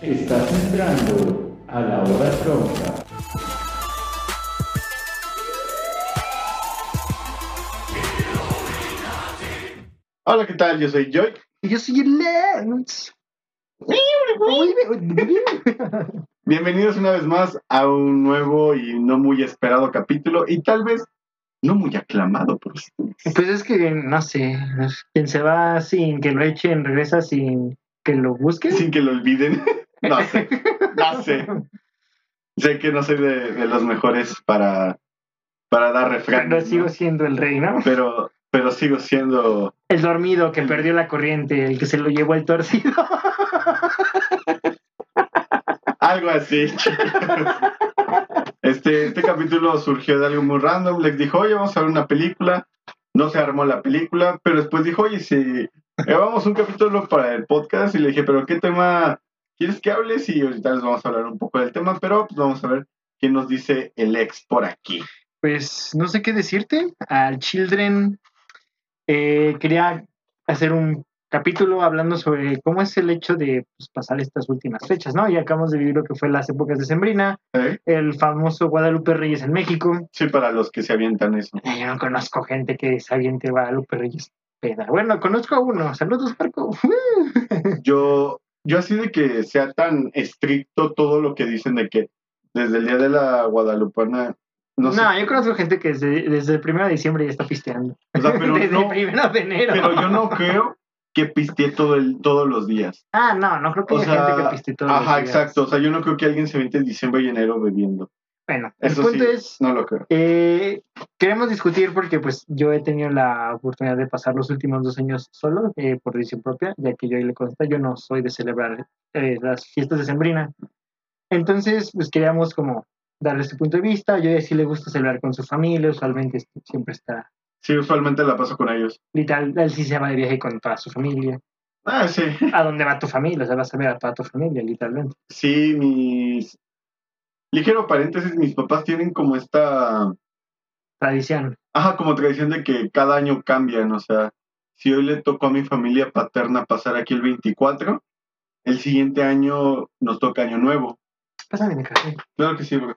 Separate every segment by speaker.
Speaker 1: Estás entrando a la hora tronca.
Speaker 2: Hola, ¿qué tal? Yo soy Joy.
Speaker 3: Y Yo soy el Lance.
Speaker 2: Bienvenidos una vez más a un nuevo y no muy esperado capítulo y tal vez no muy aclamado por ustedes.
Speaker 3: Pues es que, no sé, quien se va sin que lo echen, regresa sin que lo busquen.
Speaker 2: Sin que lo olviden. No sé, no sé. Sé que no soy de, de los mejores para, para dar refranes,
Speaker 3: Pero
Speaker 2: ¿no?
Speaker 3: sigo siendo el rey, ¿no?
Speaker 2: pero, pero sigo siendo...
Speaker 3: El dormido que perdió la corriente, el que se lo llevó el torcido.
Speaker 2: Algo así. Este, este capítulo surgió de algo muy random. Les dijo, oye, vamos a ver una película. No se armó la película, pero después dijo, oye, si grabamos un capítulo para el podcast. Y le dije, pero ¿qué tema quieres que hables? Y ahorita les vamos a hablar un poco del tema, pero pues vamos a ver qué nos dice el ex por aquí.
Speaker 3: Pues no sé qué decirte. Al Children eh, quería hacer un capítulo hablando sobre cómo es el hecho de pues, pasar estas últimas fechas, ¿no? Y acabamos de vivir lo que fue las épocas de Sembrina,
Speaker 2: ¿Eh?
Speaker 3: el famoso Guadalupe Reyes en México.
Speaker 2: Sí, para los que se avientan eso.
Speaker 3: Ay, Yo no conozco gente que se aviente Guadalupe Reyes peda. Bueno, conozco a uno. Saludos, Marco.
Speaker 2: yo, yo así de que sea tan estricto todo lo que dicen de que desde el día de la Guadalupana, no,
Speaker 3: No,
Speaker 2: sé,
Speaker 3: yo conozco gente que desde, desde el primero de diciembre ya está pisteando.
Speaker 2: o sea, pero,
Speaker 3: desde el
Speaker 2: no,
Speaker 3: primero de enero.
Speaker 2: pero yo no creo que pistee todo el, todos los días.
Speaker 3: Ah, no, no creo que
Speaker 2: O
Speaker 3: haya
Speaker 2: sea,
Speaker 3: gente que pistee todos los
Speaker 2: Ajá,
Speaker 3: días.
Speaker 2: exacto. O sea, yo no creo que alguien se vente en diciembre y enero bebiendo.
Speaker 3: Bueno,
Speaker 2: Eso
Speaker 3: el punto
Speaker 2: sí.
Speaker 3: es,
Speaker 2: No lo creo.
Speaker 3: eh, queremos discutir porque pues yo he tenido la oportunidad de pasar los últimos dos años solo, eh, por decisión propia, ya que yo ahí le consta, yo no soy de celebrar eh, las fiestas de Sembrina. Entonces, pues queríamos como darle este punto de vista, yo sí le gusta celebrar con su familia, usualmente es- siempre está,
Speaker 2: Sí, usualmente la paso con ellos.
Speaker 3: literal, él sí se va de viaje con toda su familia.
Speaker 2: Ah, sí.
Speaker 3: ¿A dónde va tu familia? O sea, vas a ver a toda tu familia, literalmente.
Speaker 2: Sí, mis... Ligero paréntesis, mis papás tienen como esta...
Speaker 3: Tradición.
Speaker 2: Ajá, como tradición de que cada año cambian, o sea, si hoy le tocó a mi familia paterna pasar aquí el 24, el siguiente año nos toca año nuevo.
Speaker 3: Pásame mi café.
Speaker 2: Claro que sí, bro.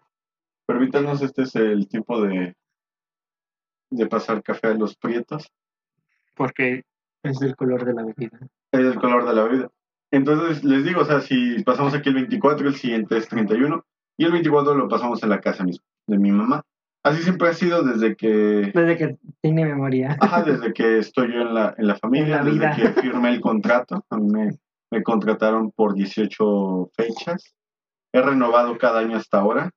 Speaker 2: Permítanos, este es el tiempo de, de pasar café a los prietos.
Speaker 3: Porque es del color de la bebida.
Speaker 2: Es el color de la vida. Entonces, les digo, o sea, si pasamos aquí el 24, el siguiente es 31, y el 24 lo pasamos en la casa mismo, de mi mamá. Así siempre ha sido desde que
Speaker 3: Desde que tiene memoria.
Speaker 2: Ajá, desde que estoy yo en la, en la familia,
Speaker 3: En la
Speaker 2: desde
Speaker 3: vida.
Speaker 2: que firmé el contrato, a mí me, me contrataron por 18 fechas. He renovado cada año hasta ahora.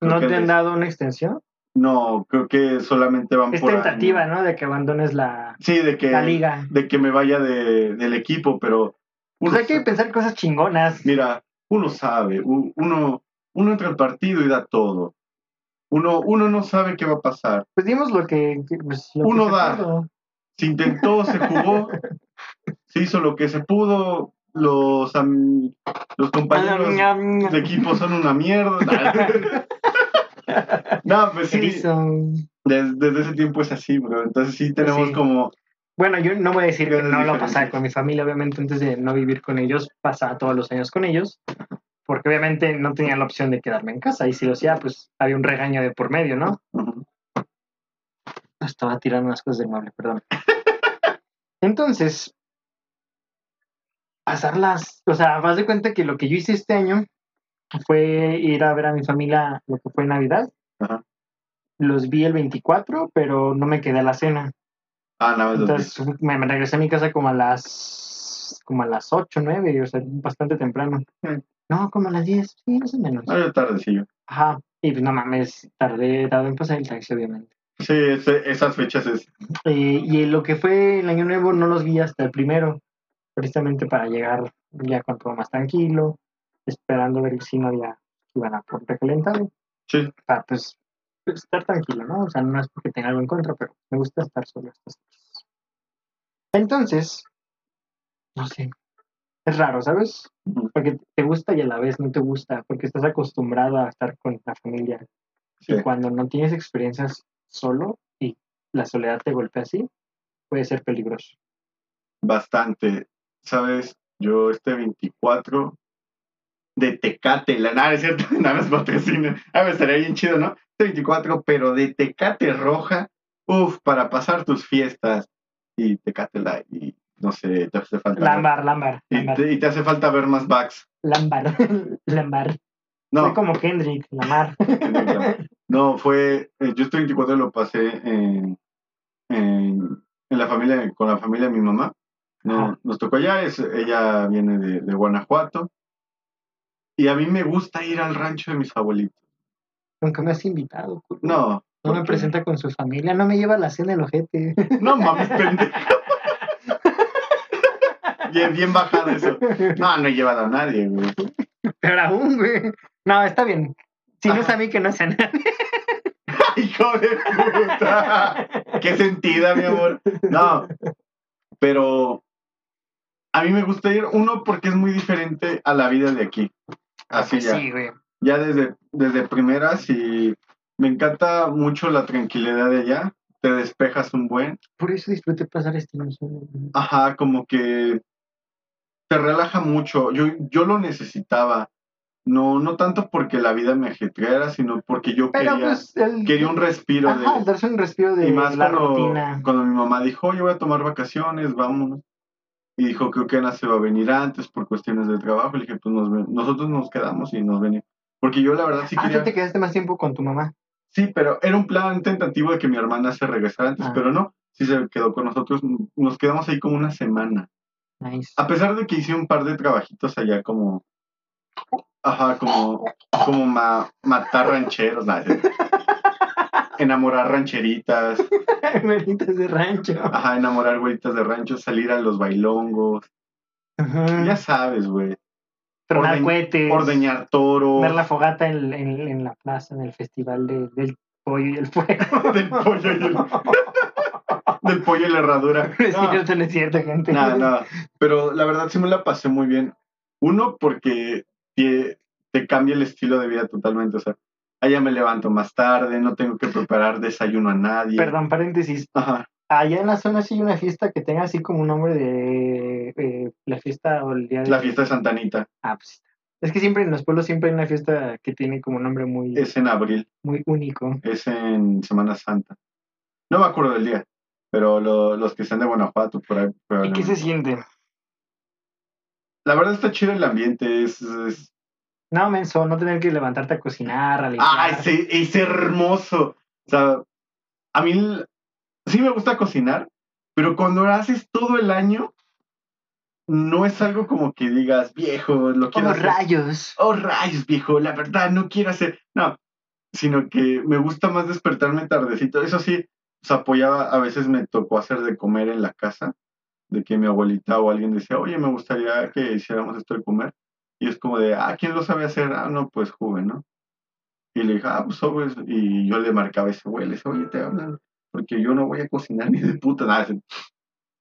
Speaker 2: Creo
Speaker 3: ¿No
Speaker 2: que
Speaker 3: te han
Speaker 2: les-
Speaker 3: dado una extensión?
Speaker 2: No, creo que solamente van
Speaker 3: Es
Speaker 2: por Eh, año.
Speaker 3: tentativa, ¿no? De que abandones la,
Speaker 2: Sí, de que,
Speaker 3: la liga.
Speaker 2: de que me vaya de, del equipo, pero
Speaker 3: Pues
Speaker 2: uno,
Speaker 3: hay que
Speaker 2: sa-
Speaker 3: pensar cosas chingonas.
Speaker 2: mira, uno sabe, u- uno, uno entra al partido y da todo. Uno, uno no sabe qué va a pasar.
Speaker 3: Pues dimos lo que... que- pues, lo que
Speaker 2: Uno
Speaker 3: se
Speaker 2: da.
Speaker 3: pudo.
Speaker 2: se intentó, se jugó, se hizo lo que se pudo, los, am- los compañeros pues, de equipo son una mierda. No, pues sí,
Speaker 3: Erizo.
Speaker 2: des- desde ese tiempo es así, bro. Entonces sí tenemos
Speaker 3: Sí.
Speaker 2: como,
Speaker 3: Bueno, yo no voy a decir que
Speaker 2: Grandes
Speaker 3: no lo
Speaker 2: diferencias.
Speaker 3: pasaba con mi familia, obviamente antes de no vivir con ellos, pasaba todos los años con ellos, porque obviamente no tenía la opción de quedarme en casa, y si lo hacía, pues había un regaño de por medio, ¿no?
Speaker 2: ujú,
Speaker 3: Estaba tirando unas cosas del mueble, perdón. Entonces, pasarlas, o sea, vas de cuenta que lo que yo hice este año fue ir a ver a mi familia lo que fue Navidad.
Speaker 2: Ajá.
Speaker 3: Los vi el 24, pero no me quedé a la cena.
Speaker 2: ah, nada más los
Speaker 3: Entonces me, me regresé a mi casa como a las como a las 8, 9, o sea, bastante temprano.
Speaker 2: Mm.
Speaker 3: No, como a las 10, sí, más o menos.
Speaker 2: vi. Ah, yo tardecillo.
Speaker 3: Ajá. Y pues no mames, tardé, tardé en pasar el taxi, obviamente.
Speaker 2: Sí, ese- esas fechas es.
Speaker 3: Eh, y en lo que fue el año nuevo no los vi hasta el primero, precisamente para llegar ya con todo más tranquilo, esperando ver si no había, si iban a por recalentado,
Speaker 2: Sí,
Speaker 3: para pues estar tranquilo, ¿no? O sea, no es porque tenga algo en contra, pero me gusta estar solo. estas cosas. Entonces, no sé, es raro, ¿sabes?
Speaker 2: ujú,
Speaker 3: Porque te gusta y a la vez no te gusta, porque estás acostumbrado a estar con la familia.
Speaker 2: sí.
Speaker 3: Y cuando no tienes experiencias solo y la soledad te golpea así, puede ser peligroso.
Speaker 2: bastante. Sabes, yo este 24 de Tecate, la nada, es cierto, nada más patrocina. A ver, estaría bien chido, ¿no? 24, pero de Tecate roja, uff, para pasar tus fiestas y Tecate la y no sé, te hace falta ver-
Speaker 3: Lambar, Lambar,
Speaker 2: y,
Speaker 3: Lambar,
Speaker 2: te, y te hace falta ver más backs.
Speaker 3: Lambar, Lambar. Soy
Speaker 2: No,
Speaker 3: como Kendrick, Lamar.
Speaker 2: no, fue eh, yo este 24 lo pasé en, en, en la familia con la familia de mi mamá. No,
Speaker 3: Ajá.
Speaker 2: nos tocó allá, es, ella viene de, de Guanajuato. Y a mí me gusta ir al rancho de mis abuelitos.
Speaker 3: Nunca me has invitado. culo.
Speaker 2: No.
Speaker 3: No me
Speaker 2: porque-
Speaker 3: presenta con su familia, no me lleva a la cena el ojete.
Speaker 2: No mames, pendejo. Bien, bien bajado eso. No, no he llevado a nadie, güey.
Speaker 3: Pero aún, güey. No, está bien. Si no es
Speaker 2: Ajá.
Speaker 3: a mí, que no es a nadie.
Speaker 2: Hijo de puta. Qué sentida, mi amor. No, pero a mí me gusta ir, uno, porque es muy diferente a la vida de aquí. Así ya.
Speaker 3: Ah, Sí, güey.
Speaker 2: Ya desde, desde primeras y me encanta mucho la tranquilidad de allá. Te despejas un buen.
Speaker 3: Por eso disfruté pasar este año solo, güey.
Speaker 2: Ajá, como que te relaja mucho. Yo, yo lo necesitaba. No, no tanto porque la vida me ajetreara, sino porque yo
Speaker 3: Pero
Speaker 2: quería,
Speaker 3: pues el,
Speaker 2: quería un respiro
Speaker 3: ajá,
Speaker 2: de,
Speaker 3: darse un respiro de
Speaker 2: y más
Speaker 3: la
Speaker 2: cuando,
Speaker 3: rutina.
Speaker 2: cuando mi mamá dijo, "Oye, voy a tomar vacaciones, vámonos. Y dijo que Ucrania se va a venir antes por cuestiones de trabajo. Le dije, pues nos ven- nosotros nos quedamos y nos venimos. Porque yo la verdad sí
Speaker 3: ah,
Speaker 2: quería...
Speaker 3: tú te quedaste más tiempo con tu mamá.
Speaker 2: Sí, pero era un plan tentativo de que mi hermana se regresara antes,
Speaker 3: Ah.
Speaker 2: pero no. Sí se quedó con nosotros. Nos quedamos ahí como una semana.
Speaker 3: Nice.
Speaker 2: A pesar de que hice un par de trabajitos allá como... Ajá, como, como ma- matar rancheros, nada, es cierto. enamorar rancheritas,
Speaker 3: Meritas de rancho.
Speaker 2: Ajá, enamorar güeritas de rancho, salir a los bailongos.
Speaker 3: Ajá.
Speaker 2: Ya sabes, güey.
Speaker 3: Tronar
Speaker 2: orden-
Speaker 3: cohetes.
Speaker 2: Ordeñar toro.
Speaker 3: Ver la fogata en, en, en la plaza, en el festival de- del pollo y el fuego.
Speaker 2: Del pollo y el- del pollo y la herradura.
Speaker 3: No es
Speaker 2: No,
Speaker 3: cierto, no es cierto, gente.
Speaker 2: Nada, nada. Pero la verdad sí me la pasé muy bien. Uno, porque te, te cambia el estilo de vida totalmente. O sea, allá me levanto más tarde, no tengo que preparar desayuno a nadie.
Speaker 3: Perdón, paréntesis.
Speaker 2: Ajá.
Speaker 3: Allá en la zona sí hay una fiesta que tenga así como un nombre de eh, la fiesta o el día de...
Speaker 2: La fiesta de Santanita
Speaker 3: Ah, pues, Es que siempre en los pueblos siempre hay una fiesta que tiene como un nombre muy,
Speaker 2: es en abril,
Speaker 3: muy único.
Speaker 2: es en Semana Santa. No me acuerdo del día, pero lo- los que sean de Guanajuato, por ahí.
Speaker 3: ¿Y qué
Speaker 2: probablemente.
Speaker 3: se siente?
Speaker 2: La verdad está chido el ambiente, es... es-
Speaker 3: No, menso, no tener que levantarte a cocinar, a limpiar.
Speaker 2: ¡Ah, es, es hermoso! O sea, a mí l- sí me gusta cocinar, pero cuando lo haces todo el año, no es algo como que digas, viejo, lo quiero
Speaker 3: Como
Speaker 2: hacer".
Speaker 3: rayos.
Speaker 2: ¡Oh, rayos, viejo! La verdad, no quiero hacer... No, sino que me gusta más despertarme tardecito. Eso sí, o sea, apoyaba, a veces me tocó hacer de comer en la casa, de que mi abuelita o alguien decía, oye, me gustaría que hiciéramos esto de comer. Y es como de, ah, ¿quién lo sabe hacer? Ah, no, pues joven, ¿no? Y le dije, ah, pues, oh, pues", y yo le marcaba a ese güey, le decía, oye, te hablan, porque yo no voy a cocinar ni de puta nada.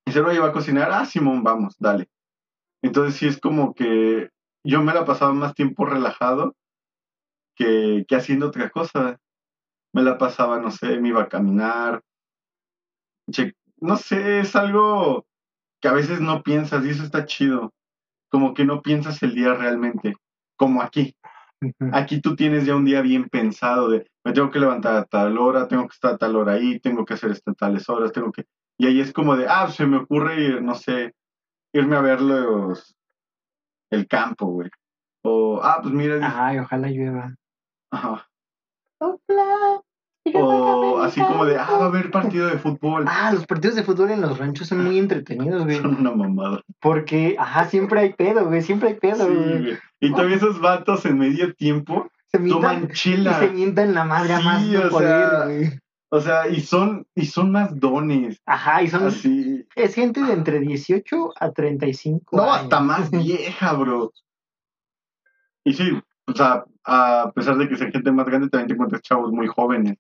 Speaker 2: Y se lo iba a cocinar, ah, Simón, vamos, dale. Entonces sí es como que yo me la pasaba más tiempo relajado que, que haciendo otra cosa. Me la pasaba, no sé, me iba a caminar. Che- no sé, es algo que a veces no piensas y eso está chido. Como que no piensas el día realmente. Como aquí.
Speaker 3: Ujú.
Speaker 2: Aquí tú tienes ya un día bien pensado de me tengo que levantar a tal hora, tengo que estar a tal hora ahí, tengo que hacer esto a tales horas, tengo que. Y ahí es como de, ah, se me ocurre ir, no sé, irme a ver los, el campo, güey. O, ah, pues mira, dice-
Speaker 3: Ay, ojalá llueva.
Speaker 2: ajá.
Speaker 3: Ojalá
Speaker 2: o
Speaker 3: llueva,
Speaker 2: así como de, ah, va a haber partido de fútbol.
Speaker 3: Ah, los partidos de fútbol en los ranchos son muy entretenidos, güey.
Speaker 2: Son una mamada.
Speaker 3: Porque, ajá, siempre hay pedo, güey. Siempre hay pedo,
Speaker 2: Sí,
Speaker 3: güey.
Speaker 2: güey. Y todavía esos vatos en medio tiempo
Speaker 3: Se mientan
Speaker 2: toman
Speaker 3: y
Speaker 2: chela.
Speaker 3: se mientan la madre a
Speaker 2: Sí,
Speaker 3: más no
Speaker 2: o
Speaker 3: poder,
Speaker 2: sea-
Speaker 3: güey.
Speaker 2: O sea, y son, y son más dones.
Speaker 3: Ajá, y son.
Speaker 2: Así.
Speaker 3: Es gente de entre 18 a 35.
Speaker 2: No,
Speaker 3: años.
Speaker 2: hasta más vieja, bro. Y sí, o sea, a pesar de que sea gente más grande, también te encuentras chavos muy jóvenes.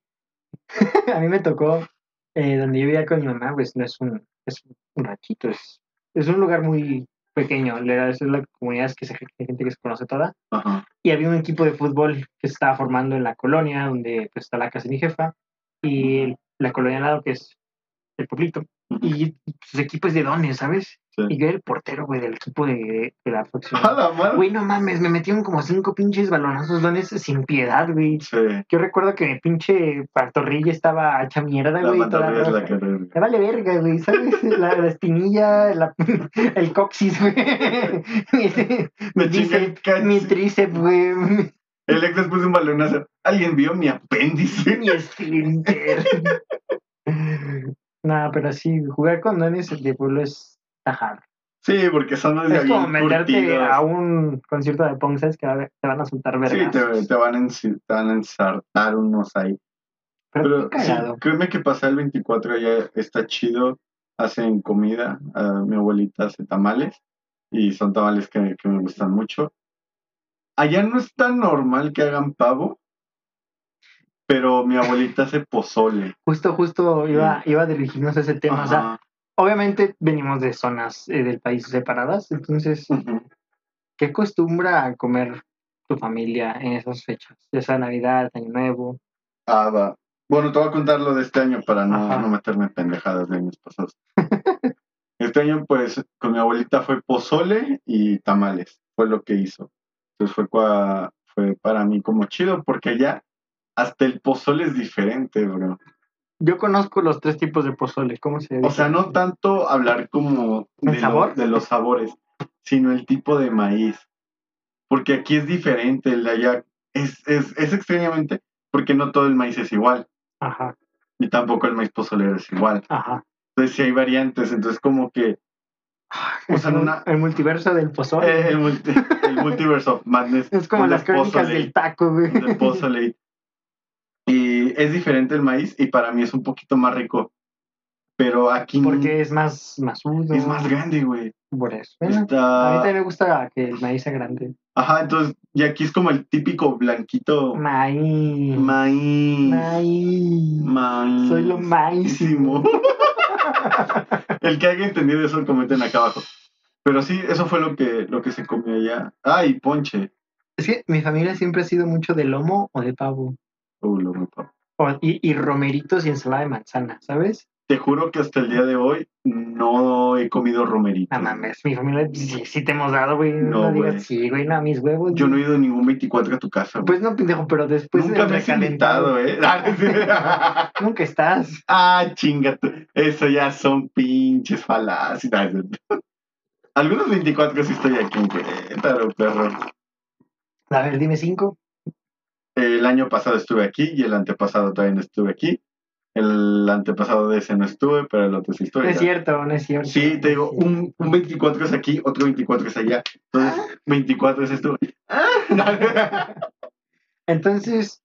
Speaker 3: A mí me tocó, eh, donde yo vivía con mi mamá, pues no es un, es un ranchito, es, es un lugar muy pequeño. La, es la comunidad es que se, hay gente que se conoce toda.
Speaker 2: Ajá.
Speaker 3: Y había un equipo de fútbol que se estaba formando en la colonia, donde pues, está la casa de mi jefa, y la colonia al lado, que es el pueblito.
Speaker 2: Ujú.
Speaker 3: Y sus equipos de dones, ¿sabes?
Speaker 2: Sí.
Speaker 3: Y yo era el portero, güey, del equipo de, de la facción.
Speaker 2: A la madre.
Speaker 3: Güey, no mames, me metieron como cinco pinches balonazos dones sin piedad, güey.
Speaker 2: Sí,
Speaker 3: Yo recuerdo que mi pinche pantorrilla estaba hecha mierda,
Speaker 2: la
Speaker 3: güey. toda
Speaker 2: mandarria es la
Speaker 3: roja.
Speaker 2: carrera.
Speaker 3: Me vale verga, güey, ¿sabes? La, la espinilla, la- el coxis, güey.
Speaker 2: Me chinga el
Speaker 3: tríceps, mi
Speaker 2: cachis.
Speaker 3: tríceps, güey. Mi
Speaker 2: El ex puso un balonazo. ¿Alguien vio mi apéndice?
Speaker 3: mi esfínter. Nada, pero sí, jugar con dones de pueblo es tajar.
Speaker 2: Sí, porque son los
Speaker 3: Es
Speaker 2: bien
Speaker 3: como meterte
Speaker 2: curtidos.
Speaker 3: a un concierto de punk, ¿sabes? Que va a- te van a soltar
Speaker 2: Sí,
Speaker 3: vergas.
Speaker 2: te, te van a enci- te van a ensartar unos ahí.
Speaker 3: Pero,
Speaker 2: Pero
Speaker 3: qué
Speaker 2: sí,
Speaker 3: cagado.
Speaker 2: créeme que pasar el 24 allá está chido. Hacen comida. ah, mi abuelita hace tamales. Y son tamales que, que me gustan mucho. Allá no es tan normal que hagan pavo. Pero mi abuelita hace pozole.
Speaker 3: Justo, justo iba, iba a dirigirnos a ese tema. O sea,
Speaker 2: Mm. Ajá,
Speaker 3: obviamente venimos de zonas eh, del país separadas, entonces
Speaker 2: ujú.
Speaker 3: ¿Qué acostumbra a comer tu familia en esas fechas? Ya sea Navidad, Año Nuevo.
Speaker 2: Ah, va. Bueno, te voy a contar lo de este año para no,
Speaker 3: Ajá.
Speaker 2: no meterme en pendejadas de años pasados. este año, pues, con mi abuelita fue pozole y tamales. Fue lo que hizo. Entonces fue, cua- fue para mí como chido, porque ya hasta el pozole es diferente, bro.
Speaker 3: Yo conozco los tres tipos de pozole. ¿Cómo se dice?
Speaker 2: O sea, no tanto hablar como
Speaker 3: ¿El
Speaker 2: de, lo-
Speaker 3: sabor?
Speaker 2: de los sabores, sino el tipo de maíz. Porque aquí es diferente, el de allá es, es, es extrañamente, porque no todo el maíz es igual.
Speaker 3: Ajá,
Speaker 2: Y tampoco el maíz pozolero es igual.
Speaker 3: ajá.
Speaker 2: Entonces sí hay variantes, entonces como que O sea,
Speaker 3: Es un-
Speaker 2: una-
Speaker 3: El multiverso del
Speaker 2: eh,
Speaker 3: pozole.
Speaker 2: el, multi- el multiverse of madness
Speaker 3: es como
Speaker 2: un
Speaker 3: las crónicas
Speaker 2: pozole,
Speaker 3: del taco, güey.
Speaker 2: un pozole. Y es diferente el maíz y para mí es un poquito más rico. Pero aquí
Speaker 3: Porque Mm. es más Ah. masudo.
Speaker 2: es más grande, güey.
Speaker 3: Por eso. Bueno, a mí
Speaker 2: Está...
Speaker 3: también me gusta que el maíz sea grande.
Speaker 2: Ajá, entonces y aquí es como el típico blanquito
Speaker 3: Maíz.
Speaker 2: maíz.
Speaker 3: Maíz.
Speaker 2: Maíz.
Speaker 3: Soy lo maísimo.
Speaker 2: El que haya entendido eso, comenten acá abajo. Pero sí, eso fue lo que, lo que se comió allá. Ah, y ponche.
Speaker 3: Es que mi familia siempre ha sido mucho de lomo o de pavo.
Speaker 2: Uh, lo rompo.
Speaker 3: O- y- y romeritos y ensalada de manzana, ¿sabes?
Speaker 2: Te juro que hasta el día de hoy no he comido romeritos.
Speaker 3: No mames, mi familia sí, sí te hemos dado, güey.
Speaker 2: No,
Speaker 3: No, digas,
Speaker 2: güey.
Speaker 3: sí, güey, no, mis huevos.
Speaker 2: Yo no
Speaker 3: güey.
Speaker 2: he ido ningún 24 a tu casa. güey.
Speaker 3: Pues no, pendejo, pero después.
Speaker 2: Nunca
Speaker 3: del
Speaker 2: me has
Speaker 3: recalentado,
Speaker 2: invitado, ¿eh? Ah,
Speaker 3: Nunca estás.
Speaker 2: ah, chingate. Eso ya son pinches falacias. Algunos 24 sí estoy aquí en Querétaro, perro.
Speaker 3: A ver, dime cinco.
Speaker 2: El año pasado estuve aquí y el antepasado también estuve aquí. El antepasado de ese no estuve, pero el otro sí
Speaker 3: No
Speaker 2: estuve.
Speaker 3: es cierto, no es cierto.
Speaker 2: Sí, te digo,
Speaker 3: Sí.
Speaker 2: un, un 24 es aquí, otro 24 es allá.
Speaker 3: Ah.
Speaker 2: Entonces, 24 es esto.
Speaker 3: Entonces,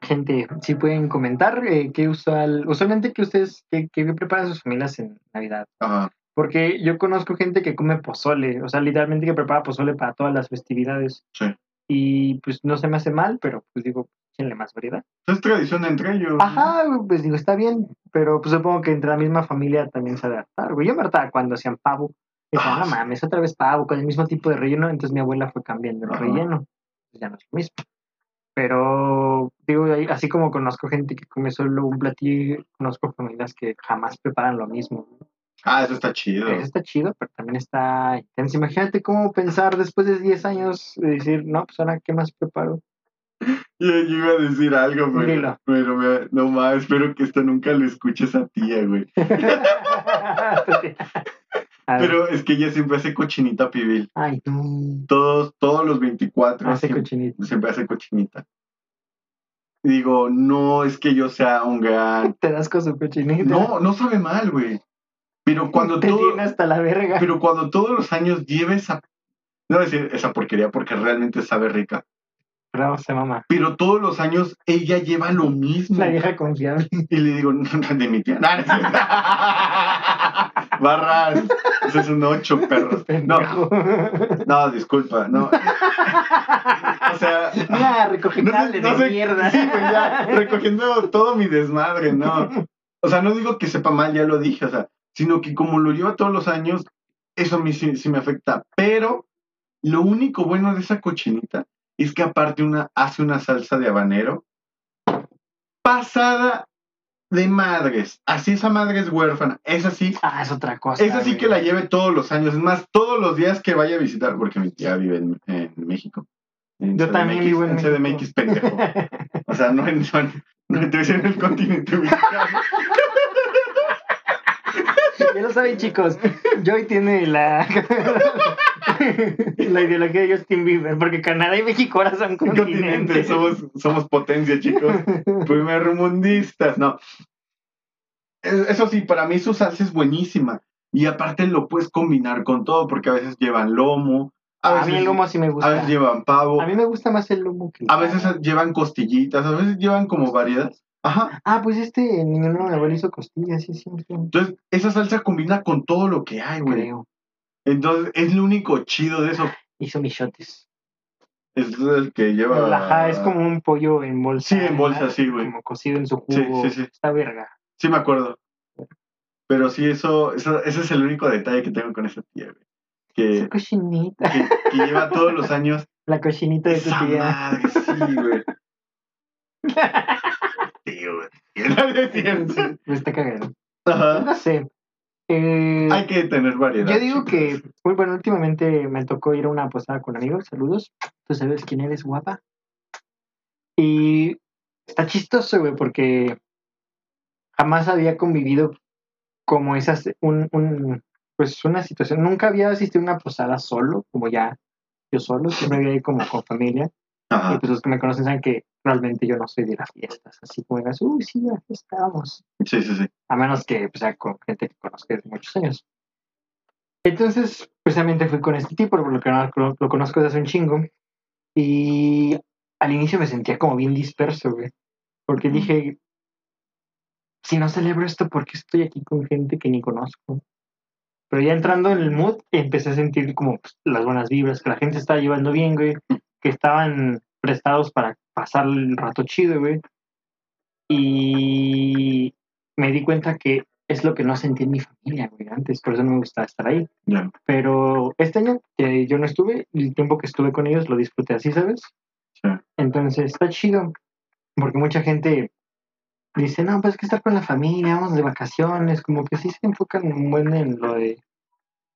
Speaker 3: gente, si pueden comentar eh, qué usual. Usualmente que ustedes. ¿Qué qué preparan sus familias en Navidad?
Speaker 2: Ajá.
Speaker 3: Porque yo conozco gente que come pozole, o sea, literalmente que prepara pozole para todas las festividades.
Speaker 2: Sí.
Speaker 3: Y pues no se me hace mal, pero pues digo, le más variedad.
Speaker 2: Es tradición entre ellos.
Speaker 3: Ajá, güey, pues digo, está bien, pero pues supongo que entre la misma familia también se adaptar, güey. Yo me hartaba cuando hacían pavo. Decían,
Speaker 2: Ah,
Speaker 3: no
Speaker 2: sí.
Speaker 3: mames, otra vez pavo, con el mismo tipo de relleno. Entonces mi abuela fue cambiando el
Speaker 2: Ajá.
Speaker 3: relleno. Pues, ya no es lo mismo. Pero, digo, ahí- así como conozco gente que come solo un platillo, conozco familias que jamás preparan lo mismo.
Speaker 2: Ah, eso está chido.
Speaker 3: Eso está chido, pero también está intenso. Imagínate cómo pensar después de 10 años y decir, no, pues ahora, ¿qué más preparo?
Speaker 2: Yo, yo iba a decir algo, pero,
Speaker 3: Dilo.
Speaker 2: pero me- no más, espero que esto nunca lo escuches a tía, güey.
Speaker 3: Pues A ver.
Speaker 2: Pero es que ella siempre hace cochinita pibil.
Speaker 3: Ay, no.
Speaker 2: Todos, todos los 24
Speaker 3: Hace
Speaker 2: siempre,
Speaker 3: cochinito.
Speaker 2: siempre hace cochinita. Y Digo, no es que yo sea un gran...
Speaker 3: Te das con su cochinita.
Speaker 2: No, no sabe mal, güey. Pero cuando
Speaker 3: te
Speaker 2: todo...
Speaker 3: tiene hasta la verga.
Speaker 2: Pero cuando todos los años lleves esa... No voy a decir esa porquería porque realmente sabe rica.
Speaker 3: Bravo, se mamá.
Speaker 2: Pero todos los años ella lleva lo mismo.
Speaker 3: La vieja confiable.
Speaker 2: Y le digo, de mi tía. Nah, no es cierto. Barras. Ese es un ocho, perros.
Speaker 3: Este
Speaker 2: No,
Speaker 3: Pendejo.
Speaker 2: no, disculpa. No. O sea.
Speaker 3: Mira, recoge
Speaker 2: no sé-
Speaker 3: cable
Speaker 2: no
Speaker 3: de
Speaker 2: sé-
Speaker 3: mierda.
Speaker 2: Sí, güey, ya. Recogiendo todo mi desmadre, no. O sea, no digo que sepa mal, ya lo dije, o sea, sino que como lo lleva todos los años, eso a mí sí, sí me afecta. Pero lo único bueno de esa cochinita es que aparte una, hace una salsa de habanero pasada de madres. Así esa madre es huérfana. Es así.
Speaker 3: Ah, es otra cosa.
Speaker 2: Es así
Speaker 3: güey.
Speaker 2: que la lleve todos los años. Es más, todos los días que vaya a visitar, porque mi tía vive en, en México. En
Speaker 3: Yo también
Speaker 2: CDMX,
Speaker 3: vivo en
Speaker 2: CDMX, pendejo. O sea, no en, no en- no en- en el continente mexicano.
Speaker 3: Ya lo saben, chicos. Joy tiene la. la ideología de Justin Bieber. Porque Canadá y México ahora son
Speaker 2: En continente.
Speaker 3: continentes.
Speaker 2: Somos, somos potencia, chicos. Primermundistas, no. Es- Eso sí, para mí su salsa es buenísima. Y aparte lo puedes combinar con todo, porque a veces llevan lomo, a
Speaker 3: A
Speaker 2: veces,
Speaker 3: mí el lomo sí me
Speaker 2: a
Speaker 3: gusta.
Speaker 2: veces llevan pavo,
Speaker 3: A mí me gusta más el lomo que.
Speaker 2: a veces llevan costillitas, a veces llevan como variedad. Ajá.
Speaker 3: Ah, pues este niño no me hizo costillas, sí, sí, sí,
Speaker 2: Entonces, esa salsa combina con todo lo que hay, güey.
Speaker 3: creo.
Speaker 2: Entonces, es lo único chido de eso.
Speaker 3: Hizo michotes.
Speaker 2: Es el que lleva.
Speaker 3: Ajá, es como un pollo en bolsa.
Speaker 2: Sí, en bolsa,
Speaker 3: ¿verdad?
Speaker 2: sí, güey.
Speaker 3: Como cocido en su
Speaker 2: Sí,
Speaker 3: jugo.
Speaker 2: sí, sí.
Speaker 3: Está verga.
Speaker 2: Sí, me acuerdo. Pero sí, eso, eso- ese es el único detalle que tengo con esa tía, güey.
Speaker 3: Su
Speaker 2: Que,
Speaker 3: cochinita.
Speaker 2: que, que lleva todos los años.
Speaker 3: La cochinita de tu
Speaker 2: Esa
Speaker 3: tía.
Speaker 2: madre, sí, güey. Sí, güey. No es cierto.
Speaker 3: Me está cagando.
Speaker 2: Ajá.
Speaker 3: No sé. Eh,
Speaker 2: Hay que tener variedad.
Speaker 3: Yo digo
Speaker 2: chicos.
Speaker 3: que, muy bueno, últimamente me tocó ir a una posada con amigos, saludos. Tú sabes quién eres, guapa. Y está chistoso, güey, porque jamás había convivido como esas, un, un, pues una situación. Nunca había asistido a una posada solo, como ya yo solo, siempre había ido como con familia. Y
Speaker 2: Ajá.
Speaker 3: pues los que me conocen saben que realmente yo no soy de las fiestas, así como digas, uy, sí, ya estábamos
Speaker 2: Sí, sí, sí.
Speaker 3: a menos que pues, sea con gente que conozca desde muchos años. Entonces, precisamente fui con este tipo, por lo que no- lo, lo conozco desde hace un chingo, y al inicio me sentía como bien disperso, güey, porque
Speaker 2: Ujú.
Speaker 3: dije, si no celebro esto, ¿por qué estoy aquí con gente que ni conozco? Pero ya entrando en el mood, empecé a sentir como pues, las buenas vibras, que la gente estaba llevando bien, güey, que estaban prestados para pasar el rato chido, güey. Y me di cuenta que es lo que no sentí en mi familia, güey, antes, por eso no me gustaba estar ahí.
Speaker 2: Ya.
Speaker 3: Pero este año que yo no estuve, el tiempo que estuve con ellos lo disfruté así, ¿sabes?
Speaker 2: Sí.
Speaker 3: Entonces está chido, porque mucha gente dice, no, pues es que estar con la familia, vamos de vacaciones, como que sí se enfocan un buen en lo de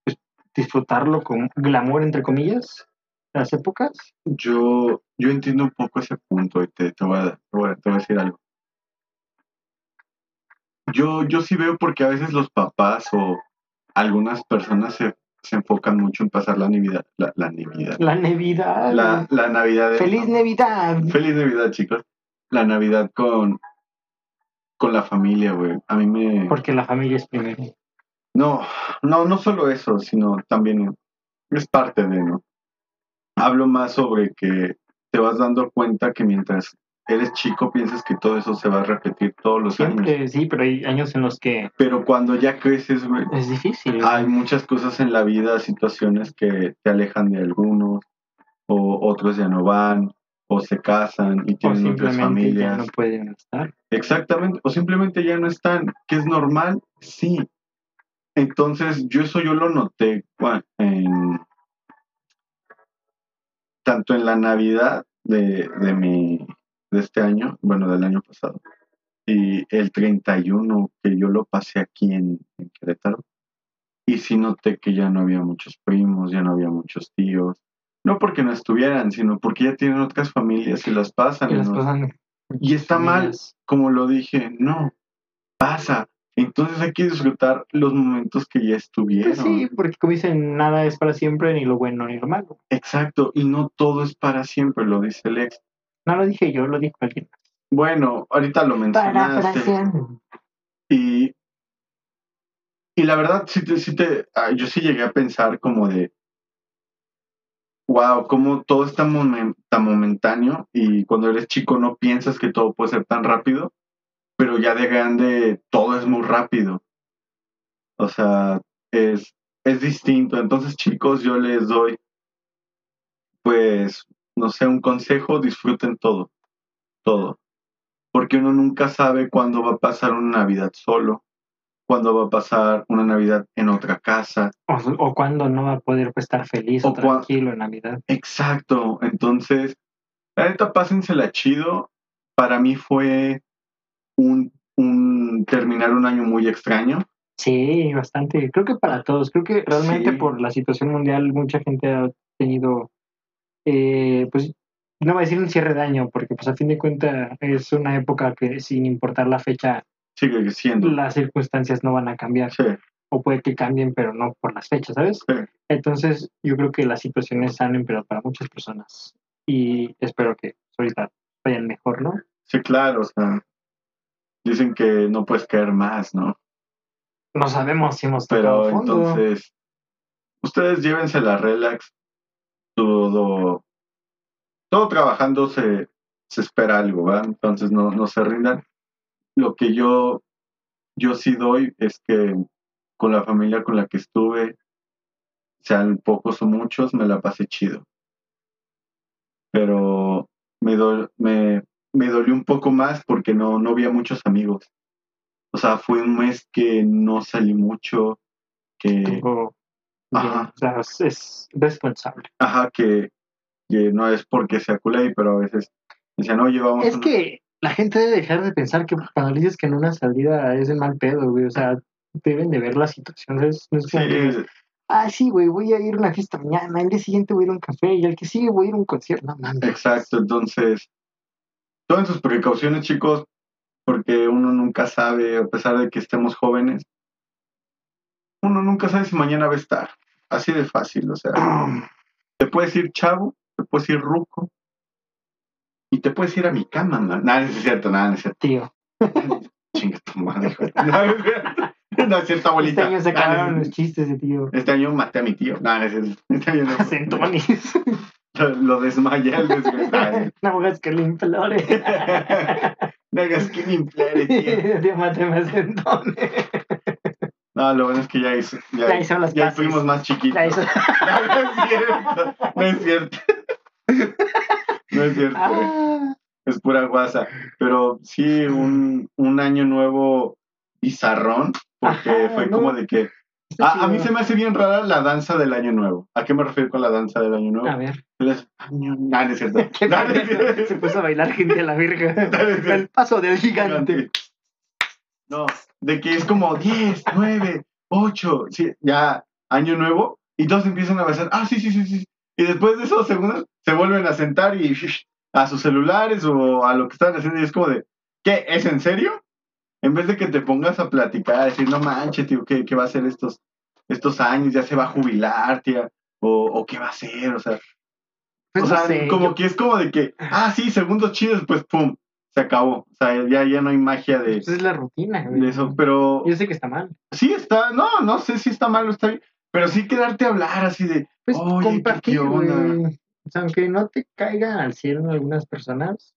Speaker 3: pues, disfrutarlo con glamour, entre comillas, las épocas.
Speaker 2: Yo, yo entiendo un poco ese punto y te, te voy, a, te voy a- te voy a decir algo. Yo, yo sí veo porque a veces los papás o algunas personas se, se enfocan mucho en pasar la Navidad. La, la Navidad.
Speaker 3: La Navidad.
Speaker 2: La, la Navidad. de-
Speaker 3: Feliz Navidad.
Speaker 2: Feliz Navidad, chicos. La Navidad con, con la familia, güey. A mí me...
Speaker 3: Porque la familia es primero.
Speaker 2: No, no, no solo eso, sino también es parte de, ¿no? Hablo más sobre que te vas dando cuenta que mientras eres chico piensas que todo eso se va a repetir todos los años.
Speaker 3: Siempre, sí, pero hay años en los que
Speaker 2: Pero cuando ya creces, güey,
Speaker 3: Es difícil.
Speaker 2: hay muchas cosas en la vida, situaciones que te alejan de algunos, o otros ya no van, o se casan y
Speaker 3: o
Speaker 2: tienen otras
Speaker 3: simplemente ya
Speaker 2: familias.
Speaker 3: no pueden estar.
Speaker 2: Exactamente, o simplemente ya no están, que es normal, sí. Entonces, yo eso yo lo noté cua- en- tanto en la Navidad de, de mi de este año, bueno, del año pasado, y el 31 que yo lo pasé aquí en, en Querétaro, y sí noté que ya no había muchos primos, ya no había muchos tíos, no porque no estuvieran, sino porque ya tienen otras familias y las pasan.
Speaker 3: Y las
Speaker 2: ¿no?
Speaker 3: pasan.
Speaker 2: Y está mal,
Speaker 3: Familias.
Speaker 2: como lo dije, no, pasa. Entonces hay que disfrutar los momentos que ya estuvieron.
Speaker 3: Pues sí, porque como dicen, nada es para siempre, ni lo bueno ni lo malo.
Speaker 2: Exacto, y no todo es para siempre, lo dice el ex.
Speaker 3: No lo dije yo, lo dijo alguien.
Speaker 2: Bueno, ahorita lo mencionaste.
Speaker 3: Parafraseando.
Speaker 2: Y, y la verdad, sí te, sí te, ah, yo sí llegué a pensar como de, wow, como todo es tan, momen- tan momentáneo y cuando eres chico no piensas que todo puede ser tan rápido, pero ya de grande todo es muy rápido. O sea, es, es distinto. Entonces, chicos, yo les doy, pues, no sé, un consejo, disfruten todo, todo porque uno nunca sabe cuándo va a pasar una Navidad solo, cuándo va a pasar una Navidad en otra casa.
Speaker 3: O, o cuando no va a poder pues, estar feliz o,
Speaker 2: O cua-
Speaker 3: tranquilo en Navidad.
Speaker 2: Exacto, entonces, la neta, pásensela chido. Para mí fue un, un terminar un año muy extraño.
Speaker 3: Sí, bastante. Creo que para todos. Creo que realmente
Speaker 2: Sí.
Speaker 3: por la situación mundial mucha gente ha tenido, eh, pues, no voy a decir un cierre de año, porque pues a fin de cuentas es una época que sin importar la fecha,
Speaker 2: Sigue siendo.
Speaker 3: las circunstancias no van a cambiar.
Speaker 2: Sí.
Speaker 3: O puede que cambien, pero no por las fechas, ¿sabes?
Speaker 2: Sí.
Speaker 3: Entonces yo creo que las situaciones han empeorado para muchas personas. Y espero que ahorita vayan mejor, ¿no?
Speaker 2: Sí, claro, o sea, dicen que no puedes caer más, ¿no?
Speaker 3: No sabemos si hemos tocado
Speaker 2: Pero
Speaker 3: fondo.
Speaker 2: entonces, ustedes llévense la relax, todo, todo trabajando se, se espera algo, ¿verdad? Entonces no, no se rindan. Lo que yo, yo sí doy es que con la familia con la que estuve, sean pocos o muchos, me la pasé chido. Pero me, dol- me, me dolió un poco más porque no, no vi a muchos amigos. O sea, fue un mes que no salí mucho, que,
Speaker 3: Tampoco-
Speaker 2: Ajá.
Speaker 3: O sea, es- es responsable.
Speaker 2: ajá, que, que no es porque sea culé, pero a veces me decían, oye, vamos a
Speaker 3: Es
Speaker 2: una-".
Speaker 3: que la gente debe dejar de pensar que cuando le dices que en una salida es de mal pedo, güey. O sea, deben de ver la situación. ¿sabes? No es como que digas,
Speaker 2: Sí,
Speaker 3: ah, sí, güey, voy a ir a una fiesta mañana, el día siguiente voy a ir a un café y al que sigue voy a ir a un concierto. No mames.
Speaker 2: exacto, entonces, tomen sus precauciones, chicos, porque uno nunca sabe, a pesar de que estemos jóvenes, uno nunca sabe si mañana va a estar. Así de fácil, o sea, te puedes ir chavo, te puedes ir ruco, y te puedes ir a mi cama, man. Nada, no es cierto, nada, no es cierto.
Speaker 3: Tío,
Speaker 2: Chinga tu madre, güey. No, no es cierto. No es cierto, abuelita.
Speaker 3: este año se
Speaker 2: Ah, no es
Speaker 3: acabaron los
Speaker 2: cierto.
Speaker 3: chistes de tío.
Speaker 2: Este año maté a mi tío. No, no es cierto. Este año no.
Speaker 3: Acentonis.
Speaker 2: Lo, lo desmayé al desgraciado.
Speaker 3: no hagas que limpie flores.
Speaker 2: No hagas que me implore, tío.
Speaker 3: Tío, máteme acentones.
Speaker 2: No, lo bueno es que ya hizo. Ya,
Speaker 3: Ya hicieron las
Speaker 2: ya hay
Speaker 3: paces.
Speaker 2: primos más chiquitos.
Speaker 3: La hizo-
Speaker 2: No, no es cierto. No es cierto. No es cierto. güey.
Speaker 3: Ah,
Speaker 2: Es pura guasa. Pero sí, un, un año nuevo bizarrón. Porque
Speaker 3: Ajá,
Speaker 2: fue
Speaker 3: ¿no?
Speaker 2: como de que.
Speaker 3: está
Speaker 2: A, a mí
Speaker 3: chido.
Speaker 2: se me hace bien rara la danza del año nuevo. ¿A qué me refiero con la danza del año nuevo?
Speaker 3: A ver.
Speaker 2: Les- Año- Ah, no es cierto.
Speaker 3: Qué
Speaker 2: No, no es
Speaker 3: padre, Se
Speaker 2: cierto.
Speaker 3: puso a bailar gente a la virgen.
Speaker 2: Dale, sí.
Speaker 3: El paso del gigante.
Speaker 2: No, de que es como 10, 9, 8, ya año nuevo, y todos empiezan a besar, ah, sí, sí, sí, sí. Y después de esos segundos se vuelven a sentar y shush, a sus celulares o a lo que están haciendo, y es como de, ¿qué? ¿Es en serio? En vez de que te pongas a platicar, a decir, no manches, tío, ¿qué, qué va a hacer estos, estos años? ¿Ya se va a jubilar, tía? ¿O, o qué va a hacer? O sea,
Speaker 3: Pues
Speaker 2: o
Speaker 3: no
Speaker 2: sea,
Speaker 3: sé,
Speaker 2: como
Speaker 3: yo-
Speaker 2: que es como de que, ah, sí, segundos chidos, pues pum, se acabó. O sea, ya, ya no hay magia de,
Speaker 3: pues es la rutina, güey.
Speaker 2: de eso. Pero
Speaker 3: Yo sé que está mal.
Speaker 2: sí está, no, no sé si está mal o está bien, pero sí quedarte a hablar así de,
Speaker 3: Pues
Speaker 2: Oye, ¿qué
Speaker 3: compartir, güey.
Speaker 2: onda?
Speaker 3: O sea, aunque no te caiga al cielo en algunas personas,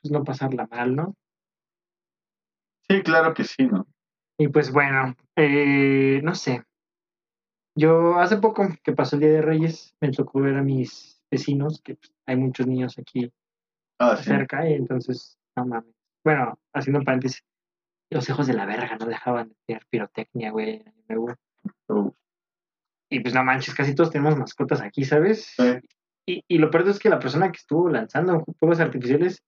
Speaker 3: pues no pasarla mal, ¿no?
Speaker 2: sí, claro que sí, ¿no?
Speaker 3: Y pues bueno, eh, no sé. Yo hace poco que pasó el Día de Reyes, me tocó ver a mis vecinos, que pues, hay muchos niños aquí
Speaker 2: Ah, sí.
Speaker 3: cerca, y entonces, no mames. Bueno, haciendo paréntesis, los hijos de la verga no dejaban de tener pirotecnia, güey, en el nuevo.
Speaker 2: Uh,
Speaker 3: Y pues no manches, casi todos tenemos mascotas aquí, ¿sabes?
Speaker 2: Sí.
Speaker 3: Y, y lo peor es que la persona que estuvo lanzando fuegos artificiales